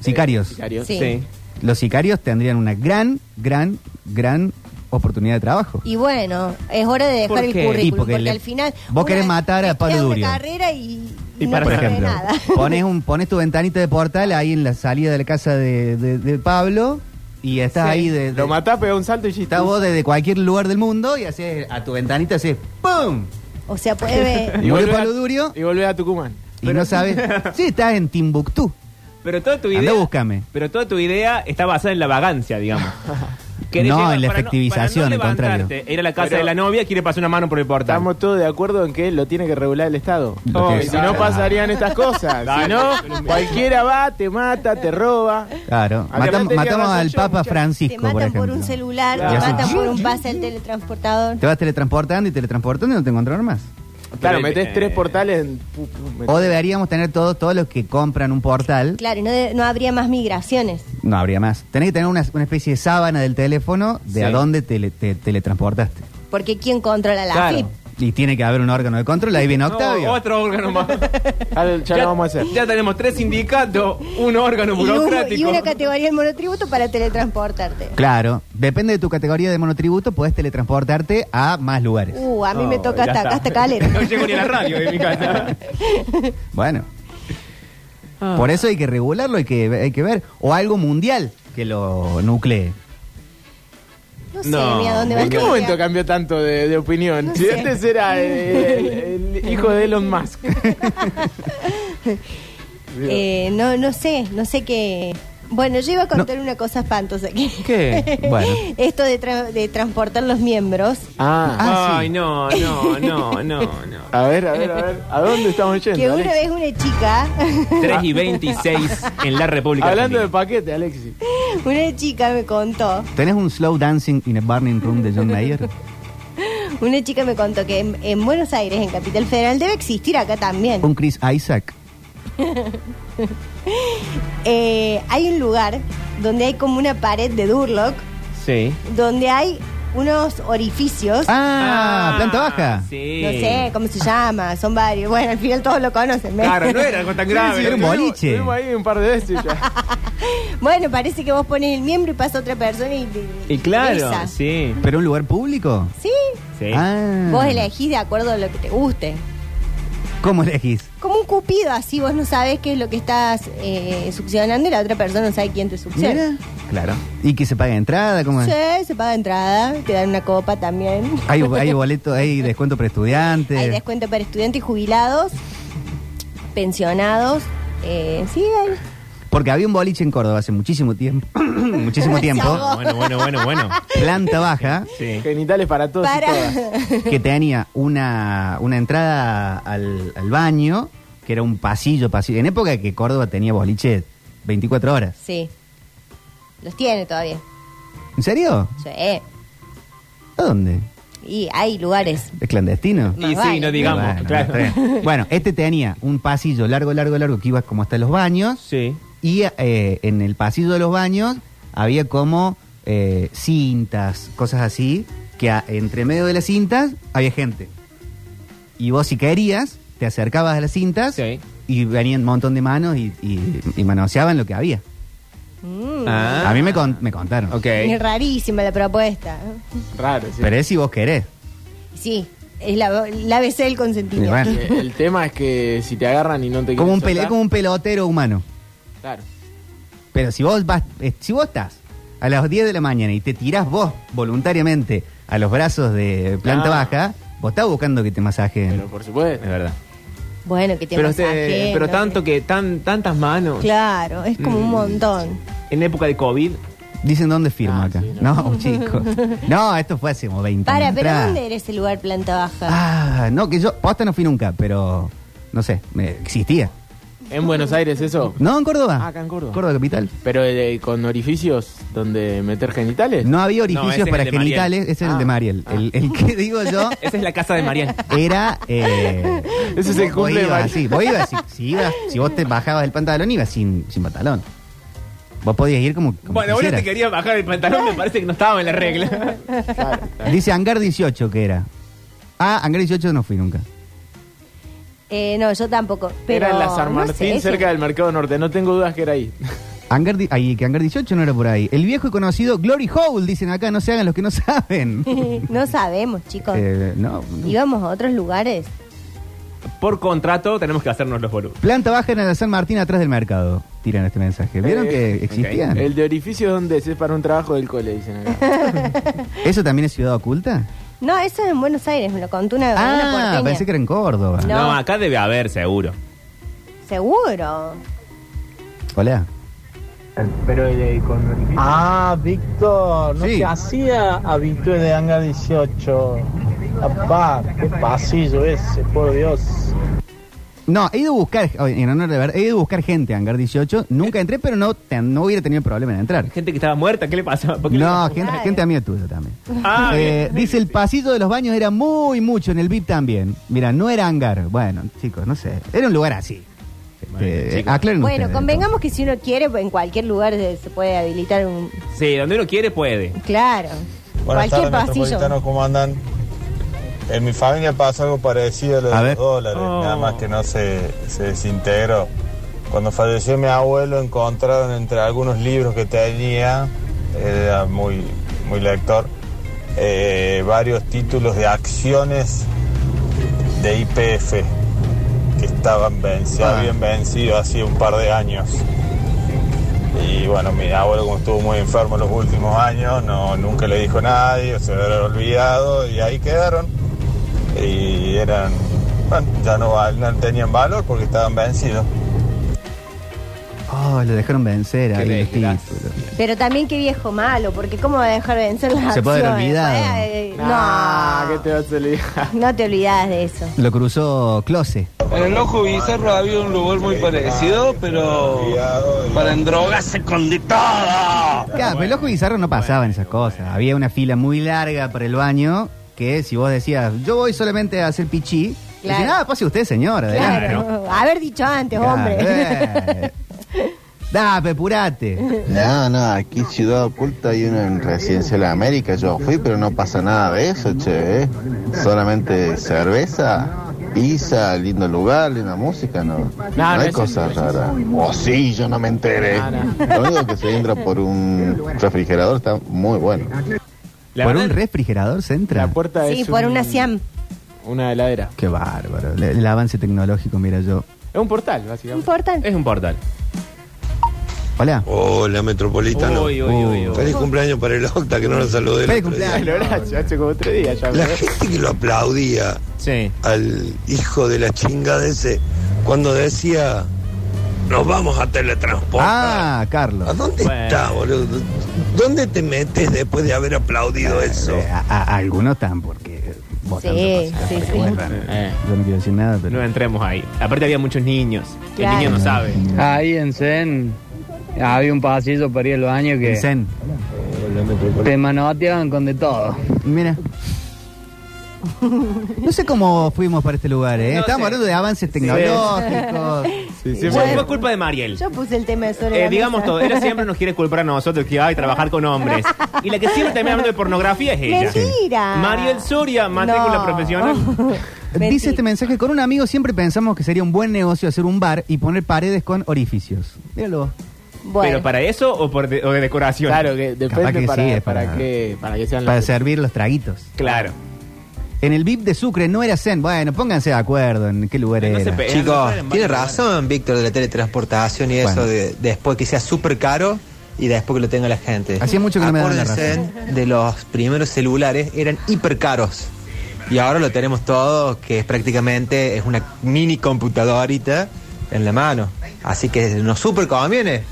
S2: Sicarios.
S5: Eh, Sicarios.
S3: Sí.
S2: Los sicarios tendrían una gran, gran, gran oportunidad de trabajo.
S3: Y bueno, es hora de
S4: ¿Por
S3: dejar el
S4: qué?
S3: currículum,
S2: Y porque
S3: porque,
S2: le-
S3: al final...
S2: vos querés matar a
S3: te
S2: Pablo
S3: queda
S2: Durio.
S3: una carrera y,
S4: Y
S3: y no
S4: para-
S2: por
S4: sirve
S2: ejemplo,
S3: nada.
S2: pones, un, pones tu ventanita de portal ahí en la salida de la casa de, de- de Pablo y estás ahí de... de-
S5: Lo matás, pegás un salto y ya
S2: estás vos desde cualquier lugar del mundo y haces a tu ventanita haces ¡pum!
S3: O sea, puede ver...
S2: Y vuelve
S5: volvés a-
S2: Pablo Durio
S5: Y volvés a Tucumán.
S2: y no sabes... Sí, estás en Timbuktu.
S4: Pero toda tu idea.
S2: Andá, búscame.
S4: Pero toda tu idea está basada en la vagancia, digamos. Querés
S2: No,
S4: llegar-
S2: en la
S4: para
S2: efectivización,
S4: para
S2: al contrario.
S4: levantarte, Ir a la casa
S5: Pero-
S4: de la novia, quiere pasar una mano por el portal.
S5: Estamos todos de acuerdo en que lo tiene que regular el Estado.
S2: Lo
S5: Oh,
S2: que
S5: y
S2: es-
S5: si no pasarían estas cosas. si no, cualquiera va, te mata, te roba.
S2: Claro.
S5: Además,
S2: Matam-
S5: tenía
S2: matamos
S5: razón
S2: al
S5: yo,
S2: Papa
S5: muchacho.
S2: Francisco,
S3: Te
S2: por
S3: matan
S2: ejemplo.
S3: por un celular,
S5: Claro.
S3: te matan
S2: Sí.
S3: por un pase al teletransportador.
S2: Te vas teletransportando y teletransportando y no te encontraron más.
S5: Claro,
S4: Pero,
S5: metés
S4: eh,
S5: tres portales en... pu- pu- metés-
S2: O deberíamos tener todos, todos los que compran un portal,
S3: Claro, y no, de- no habría más migraciones.
S2: no habría más. Tenés que tener una, una especie de sábana del teléfono de
S4: Sí.
S2: a dónde te, le- te teletransportaste.
S3: Porque ¿quién controla la
S4: Claro.
S3: AFIP?
S2: Y tiene que haber un órgano de control, ahí viene
S4: No,
S2: Octavio.
S4: otro órgano más.
S5: Ya, ya lo vamos a hacer.
S4: Ya tenemos tres sindicatos, un órgano
S3: Y, un-
S4: burocrático.
S3: y una categoría de monotributo para teletransportarte.
S2: Claro, depende de tu categoría de monotributo, puedes teletransportarte a más lugares.
S3: Uh, a mí me
S4: No,
S3: toca
S4: ya
S3: hasta,
S4: está.
S3: acá, hasta Calera.
S4: No llego ni a la radio de mi casa.
S2: Bueno. Por eso hay que regularlo, hay que, hay que ver. O algo mundial que lo nuclee.
S3: No sé,
S4: No.
S3: ni a dónde va
S5: ¿En qué
S3: la
S5: momento
S3: idea.
S5: cambió tanto de, de opinión?
S3: No
S5: Si
S3: sé.
S5: antes era eh, el, el hijo de Elon Musk.
S3: Eh, no, no sé, no sé qué. Bueno, yo iba a contar una cosa espantosa. Que
S4: ¿Qué?
S2: Bueno.
S3: Esto de, tra- de transportar los miembros.
S5: Ah,
S2: Ah,
S4: Ay,
S2: sí.
S4: no, no, no, no, no.
S5: a ver, a ver, a ver. ¿A dónde estamos yendo?
S3: Que una
S5: Alexis?
S3: vez una chica,
S4: 3 y 26 en la República
S5: Hablando de
S4: Argentina.
S5: paquete, Alexis.
S3: una chica me contó,
S2: ¿Tenés un slow dancing in a burning room de John Mayer?
S3: una chica me contó que en, en Buenos Aires, en Capital Federal, debe existir acá también.
S2: ¿Un Chris Isaac?
S3: Eh, hay un lugar donde hay como una pared de Durlock
S4: Sí.
S3: donde hay unos orificios.
S2: Ah, planta baja.
S4: Sí.
S3: No sé cómo se llama, son varios. Bueno, al final todos lo conocen. ¿ves?
S4: Claro, no era algo tan grave.
S2: sí, era un
S4: ¿no?
S2: boliche. Che.
S5: Estuvimos ahí un par de veces ya.
S3: Bueno, parece que vos pones el miembro y pasa otra persona y.
S4: Y claro,
S3: esa.
S4: sí.
S2: ¿Pero un lugar público?
S3: Sí,
S4: sí.
S2: Ah.
S3: vos elegís de acuerdo a lo que te guste.
S2: ¿Cómo elegís?
S3: Como un cupido, así vos no sabes qué es lo que estás eh, succionando y la otra persona no sabe quién te succiona.
S2: Mira. Claro. ¿Y que se pague entrada? ¿Cómo es?
S3: Sí, se paga entrada, te dan una copa también.
S2: Hay, hay boleto, hay descuento para estudiantes.
S3: Hay descuento para estudiantes jubilados, pensionados. eh, sí, hay.
S2: Porque había un boliche en Córdoba hace muchísimo tiempo. muchísimo tiempo.
S3: Chavo.
S4: Bueno, bueno, bueno, bueno.
S2: Planta baja.
S4: Sí.
S5: Genitales para todos y
S3: Para.
S5: todas.
S2: que tenía una, una entrada al, al baño, que era un pasillo, pasillo. En época que Córdoba tenía boliche 24 horas.
S3: Sí. Los tiene todavía.
S2: ¿En serio?
S3: Sí.
S2: ¿A dónde?
S3: Y hay lugares.
S2: ¿Es clandestino?
S4: Y
S3: Más
S4: sí, no
S3: vale.
S4: digamos,
S2: bueno,
S4: claro.
S2: está bien. Bueno, este tenía un pasillo largo, largo, largo, que iba como hasta los baños.
S4: Sí.
S2: Y eh, en el pasillo de los baños había como eh, cintas, cosas así, que a- entre medio de las cintas había gente. Y vos si querías, te acercabas a las cintas
S4: Sí.
S2: y venían un montón de manos y, y- y manoseaban lo que había.
S3: Mm,
S4: Ah.
S2: A mí me, con- me contaron.
S4: Ok.
S3: Es rarísima la propuesta.
S5: Raro, sí.
S2: Pero es si vos querés.
S3: Sí, es la, la ABC del
S2: Y
S3: consentimiento.
S2: bueno,
S5: Eh, El tema es que si te agarran y no te
S2: como, un
S5: quieren
S2: pele-
S5: soltar,
S2: como un pelotero humano.
S5: Claro.
S2: Pero si vos vas, eh, si vos estás a las 10 de la mañana y te tirás vos voluntariamente a los brazos de planta
S5: Ah.
S2: baja, vos estás buscando que te masajeen.
S5: Pero por supuesto.
S4: Es verdad.
S3: Bueno, que te
S4: Pero,
S3: masajeen,
S4: eh,
S5: este,
S4: pero
S3: no
S4: tanto
S3: sé.
S4: que tan, tantas manos.
S3: Claro, es
S2: Mm.
S3: como un montón.
S4: En época de COVID.
S2: Dicen dónde firmo
S5: Ah,
S2: acá.
S5: sí,
S2: no, chicos. No, esto fue hace como 20
S3: Para,
S2: años
S3: pero
S2: atrás.
S3: ¿dónde era ese lugar planta baja?
S2: Ah, no, que yo, posta no fui nunca, pero no sé, me- existía.
S5: En Buenos Aires eso.
S2: No, en Córdoba.
S5: Ah, acá en Córdoba.
S2: Córdoba capital.
S5: Pero eh, con orificios donde meter genitales.
S2: No había
S4: No, ese
S2: orificios
S4: es
S2: para
S4: el de Mariel.
S2: genitales, ese es el
S5: Ah.
S2: de Mariel. El, el que digo yo
S4: Esa es la casa de Mariana.
S2: era. eh,
S5: Ese es el
S2: vos
S5: cumple de
S2: ibas
S5: Mariel.
S2: así, vos ibas, si, si ibas- si vos te bajabas del pantalón, ibas sin, sin pantalón. Vos podías ir como. como
S4: Bueno, ahora
S2: quisieras.
S4: te quería bajar el pantalón, me parece que no estaba en la regla.
S5: Claro.
S2: Dice Hangar 18 que era. Ah, Hangar 18 no fui nunca.
S3: Eh, no, yo tampoco. Pero,
S5: Era en la San
S3: no sé,
S5: Martín,
S3: ese-
S5: cerca del Mercado Norte. No tengo dudas que era ahí.
S2: Hangar, di- ay, que Hangar 18 no era por ahí. El viejo y conocido Glory Hole, dicen acá, no se hagan los que no saben.
S3: no sabemos, chicos.
S2: Eh, no, no.
S3: Íbamos a otros lugares.
S4: Por contrato tenemos que hacernos los boludos.
S2: Planta baja en la San Martín atrás del mercado. Tiran este mensaje. ¿Vieron
S5: Eh,
S2: que
S5: ok.
S2: existían?
S5: El de orificios donde es para un trabajo del cole, dicen acá.
S2: ¿Eso también es ciudad oculta?
S3: No, eso es en Buenos Aires, me lo contó una, una
S2: Ah,
S3: porteña.
S2: pensé que era en Córdoba.
S3: No.
S4: No, acá debe haber, seguro.
S3: Seguro.
S2: Hola.
S8: Pero eh, con Ah, Víctor, no
S2: Sí.
S8: te hacía habitué de Anga 18. Papá, qué pasillo ese, por Dios.
S2: No, he ido a buscar, en honor de ver, he ido a buscar gente a Hangar 18. Nunca entré, pero no, te- no hubiera tenido problema en entrar.
S4: Gente que estaba muerta, ¿qué le pasa? ¿Por qué le
S2: No,
S4: pasa?
S2: gente,
S3: Claro.
S2: gente amiga tuya también.
S4: Ah,
S2: Eh, dice el pasillo de los baños era muy mucho, en el VIP también. Mira, no era hangar. Bueno, chicos, no sé. Era un lugar así. Este,
S4: chicos.
S2: aclaren
S3: Bueno,
S2: ustedes,
S3: convengamos
S2: entonces.
S3: que si uno quiere, pues, en cualquier lugar se se puede habilitar un...
S4: Sí, donde uno quiere puede.
S3: Claro.
S9: Buenas
S3: cualquier
S9: tardes,
S3: pasillo.
S9: metropolitanos, ¿cómo andan? En mi familia pasa algo parecido a lo de
S2: A
S9: los
S2: ver.
S9: dólares,
S4: Oh.
S9: nada más que no se, se desintegró. Cuando falleció mi abuelo encontraron entre algunos libros que tenía, era muy, muy lector, eh, varios títulos de acciones de IPF que estaban vencidos,
S2: Ah.
S9: habían vencido hace un par de años. Y bueno, mi abuelo como estuvo muy enfermo los últimos años, no, nunca le dijo a nadie, se lo había olvidado y ahí quedaron. Y eran, bueno, ya no, val- no tenían valor porque estaban vencidos.
S2: Oh, lo dejaron vencer ahí
S4: Qué
S2: los
S4: desgracia.
S2: títulos.
S3: Pero también qué viejo malo, porque ¿cómo va a dejar de vencer las
S2: Se puede haber
S3: acciones?
S2: olvidado.
S3: Eh, eh,
S5: Ah, ¿qué te
S3: no,
S5: vas a salir?
S3: no te olvidas de eso.
S2: Lo cruzó Close.
S10: En el ojo bizarro había un lugar muy parecido, pero para endrogarse con de
S4: Ah,
S10: todo.
S2: Claro, pero el ojo bizarro no pasaban esas cosas. Había una fila muy larga para el baño que si vos decías, yo voy solamente a hacer pichí,
S3: Claro.
S2: decían, ah, pase usted, señora. adelante". eh.
S3: Claro. Haber dicho antes,
S2: Claro,
S3: hombre.
S2: eh. Da, pepurate.
S11: No, no, aquí Ciudad Oculta hay una en Residencia de la América. Yo fui, pero no pasa nada de eso, che. ¿eh? Solamente cerveza, pizza, lindo lugar, linda música, no. No
S5: no,
S11: hay
S5: eso
S11: cosas raras. Oh, sí, yo no me enteré. Lo único que se entra por un refrigerador está muy bueno.
S2: ¿Por un refrigerador se entra? La
S5: puerta
S3: Sí, por una SIAM.
S5: Una heladera.
S2: Qué bárbaro. El, el avance tecnológico, mira yo.
S5: Es un portal,
S3: Un
S5: básicamente.
S3: portal.
S4: Es un portal.
S2: Hola.
S12: Oh,
S9: Oh,
S12: Hola, Metropolitano.
S5: Uy, uy, uy, uy.
S12: Feliz cumpleaños para el Octa, que no lo saludé. el
S5: Feliz
S12: otro día.
S5: cumpleaños, Horacio. Hace como tres días ya.
S12: La gente que lo aplaudía al hijo de la chinga de ese cuando decía nos vamos a teletransportar.
S2: Ah, Carlos.
S12: ¿A dónde está, boludo? ¿Dónde te metes después de haber aplaudido eso?
S2: Eh, A, a- a algunos tan, porque vos tanto
S3: Sí,
S2: pasás,
S3: sí,
S2: porque
S3: sí.
S2: bueno, eh, Yo no quiero decir nada, pero.
S4: Eh. No entremos ahí. Aparte había muchos niños.
S3: Claro.
S4: El niño no sabe.
S13: Ahí en Zen había un pasillo para ir al baño que
S2: En Zen.
S13: te manoteaban con de todo.
S2: Mira. No sé cómo fuimos para este lugar, ¿eh?
S4: No
S2: Estamos
S4: sé.
S2: hablando de avances tecnológicos.
S4: Fue- Fue culpa de Mariel.
S3: Yo puse el tema de sobre
S4: Eh,
S3: la
S4: digamos
S3: mesa.
S4: todo, ella siempre nos quiere culpar a nosotros que hay trabajar con hombres. Y la que siempre termina hablando de pornografía es ella.
S3: Mentira.
S4: Mariel Soria, matrícula
S3: No.
S4: profesional.
S2: Dice este mensaje, con un amigo siempre pensamos que sería un buen negocio hacer un bar y poner paredes con orificios. Míralo.
S4: ¿Pero para eso o, por de- o de decoración?
S5: Claro, que
S2: Capaz
S5: depende
S2: que
S5: para,
S2: sí, es
S5: para,
S2: para-
S5: que, para que sean
S2: Para
S5: los...
S2: servir los traguitos.
S4: Claro.
S2: En el VIP de Sucre no era Zen. Bueno, pónganse de acuerdo en qué lugar era.
S14: Chicos, tiene razón Víctor de la teletransportación y eso
S2: Bueno.
S14: de después que sea súper caro y después que lo tenga la gente.
S2: Hacía mucho que no me daban la
S14: Acuérdense de los primeros celulares, eran hiper caros. Y ahora lo tenemos todo, que es prácticamente es una mini computadorita en la mano. Así que nos súper conviene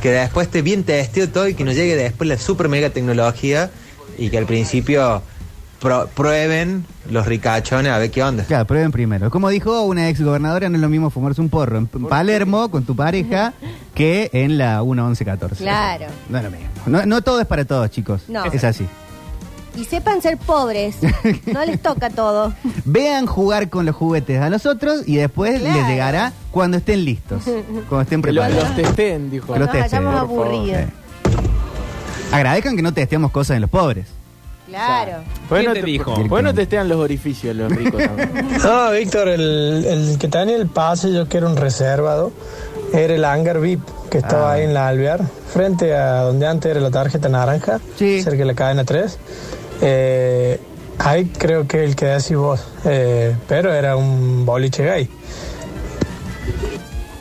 S14: que después esté bien testeo todo y que nos llegue después la super mega tecnología y que al principio pro- prueben los ricachones a ver qué onda.
S2: Claro, prueben primero. Como dijo una ex gobernadora, no es lo mismo fumarse un porro en Palermo con tu pareja que en la 1114.
S3: Claro.
S2: No es lo mismo. No, no todo es para todos, chicos.
S3: No.
S2: Es así.
S3: Y sepan ser pobres. No les toca todo.
S2: Vean jugar con los juguetes a los otros y después
S3: Claro.
S2: les llegará cuando estén listos, cuando estén
S5: Que lo-
S2: preparados.
S5: los testeen, dijo.
S2: Que los
S3: Nos
S2: testen.
S3: hayamos
S2: Por favor.
S3: aburrido.
S2: Sí. Agradezcan que no testeamos cosas en los pobres.
S3: Claro.
S5: ¿Por
S4: ¿Quién
S5: qué no
S4: te
S5: te-
S4: dijo?
S5: por qué no testean los orificios los ricos también?
S15: No, Víctor, el, el que tenía el pase, yo que era un reservado, era el hangar VIP que estaba ahí en la Alvear, frente a donde antes era la tarjeta naranja, cerca de la cadena 3. Eh, ahí creo que el que decís vos, eh, pero era un boliche gay.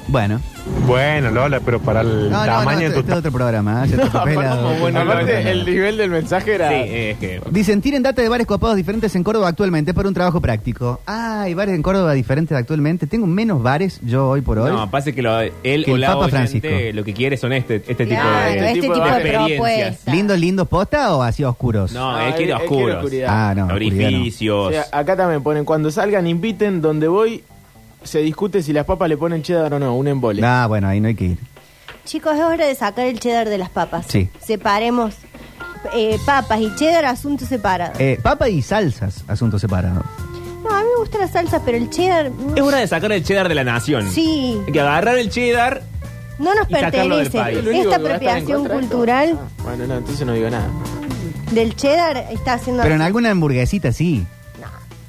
S2: Bueno.
S16: Bueno, Lola, pero para el
S2: No, no, no,
S16: tamaño
S2: este,
S16: de tu
S2: este es otro programa. ¿eh? Se atropela.
S5: Aparte, el nivel del mensaje era...
S4: Sí, eh, es que.
S2: Dicen, tienen data de bares copados diferentes en Córdoba actualmente para un trabajo práctico. Ah, hay bares en Córdoba diferentes actualmente. Tengo menos bares yo hoy por hoy.
S4: No, pasa que lo- él
S2: Que
S4: o
S2: el
S4: la
S2: Papa
S4: oyente
S2: Francisco.
S4: lo que quiere son este, este tipo
S3: Claro,
S4: de,
S3: este tipo de propuestas.
S2: ¿Lindos, lindos posta o así oscuros?
S4: No,
S5: Ah,
S4: él quiere
S5: él- él quiere
S4: oscuros.
S5: oscuridad. ah.
S2: Ah, no, oscuridad no.
S4: Orificios.
S5: O sea, acá también ponen, cuando salgan, inviten, donde voy, se discute si las papas le ponen cheddar o no, un embole.
S2: Ah, bueno, ahí no hay que ir.
S3: Chicos, es hora de sacar el cheddar de las papas.
S2: Sí.
S3: Separemos eh, papas y cheddar, asunto separado.
S2: Eh, papa y salsas, asunto separado.
S3: No, a mí me gusta la salsa, pero el cheddar. mm,
S4: Es hora de sacar el cheddar de la nación.
S3: Sí.
S4: Hay que agarrar el cheddar.
S3: No nos
S4: Y sacarlo del
S3: pertenece.
S4: país.
S5: Lo único
S3: Esta
S5: que va a estar en
S3: apropiación
S5: contra de esto.
S3: cultural
S5: Bueno, no, entonces no digo nada.
S3: del cheddar está haciendo.
S2: Pero en alguna hamburguesita sí.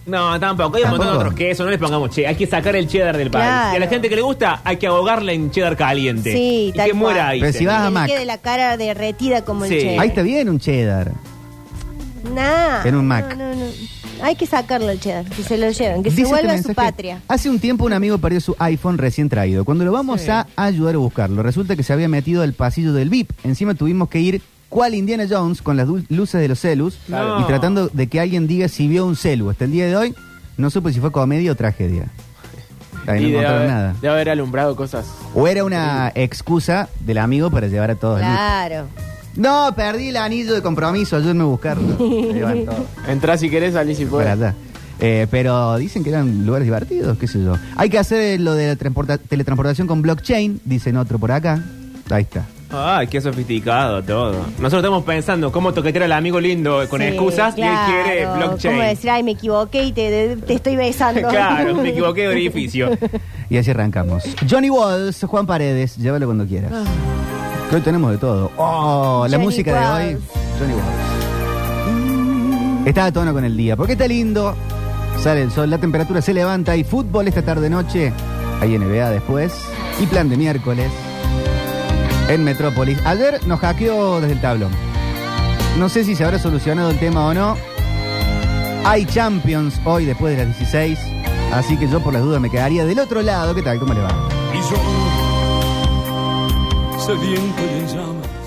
S4: No, tampoco. Hay un montón de
S2: Tampoco.
S4: otros quesos. No les pongamos che. Hay que sacar el cheddar del país.
S3: Claro.
S4: Y a la gente que le gusta, hay que ahogarla en cheddar caliente.
S3: Sí,
S4: y
S3: tal
S4: que muera
S3: cual.
S4: ahí.
S2: Pero si vas a
S3: que
S2: Mac,
S3: quede la cara derretida como
S4: Sí.
S3: el cheddar.
S2: ahí está bien un cheddar.
S3: Nah,
S2: En un Mac.
S3: No, no, no. Hay que sacarlo el cheddar, que se lo lleven, que se
S2: Dice
S3: vuelva a
S2: este
S3: su
S2: mensaje,
S3: patria.
S2: Hace un tiempo un amigo perdió su iPhone recién traído. Cuando lo vamos a ayudar a buscarlo, resulta que se había metido al pasillo del VIP. Encima tuvimos que ir cual Indiana Jones con las dul- luces de los celus
S4: Claro.
S2: y tratando de que alguien diga si vio un celu. Hasta el día de hoy no supe si fue comedia o tragedia. Ahí no
S5: y debe
S2: encontraron
S5: haber,
S2: nada.
S5: debe haber alumbrado cosas.
S2: O era una excusa del amigo para llevar a todos. al VIP.
S3: Claro.
S2: No, perdí el anillo de compromiso, ayúdenme a buscarlo. Ahí van todos.
S5: Entrá si querés, salí si
S2: Para
S5: podés.
S2: allá. Eh, pero dicen que eran lugares divertidos, qué sé yo. Hay que hacer lo de la transporta- teletransportación con blockchain, dicen otro por acá. Ahí está.
S4: Ay, qué sofisticado todo. Nosotros estamos pensando cómo toquetear al amigo lindo con
S3: Sí,
S4: excusas y él quiere
S3: claro.
S4: blockchain.
S3: ¿Cómo decir, ay, me equivoqué y te, de- te estoy besando?
S4: Claro, me equivoqué de orificio.
S2: Y así arrancamos. Johnny Walls, Juan Paredes, llévalo cuando quieras. Que hoy tenemos de todo. Oh, la
S3: Ah. Johnny
S2: música de hoy.
S3: Walls.
S2: Johnny Walls. Está a tono con el día, porque está lindo. Sale el sol, la temperatura se levanta. Hay fútbol esta tarde-noche. Hay NBA después. Y plan de miércoles. En Metrópolis. Ayer nos hackeó desde el tablón. No sé si se habrá solucionado el tema o no. Hay Champions hoy después de las 16. Así que yo por las dudas me quedaría del otro lado. ¿Qué tal? ¿Cómo le va?
S17: Y yo, sediento y en llamas,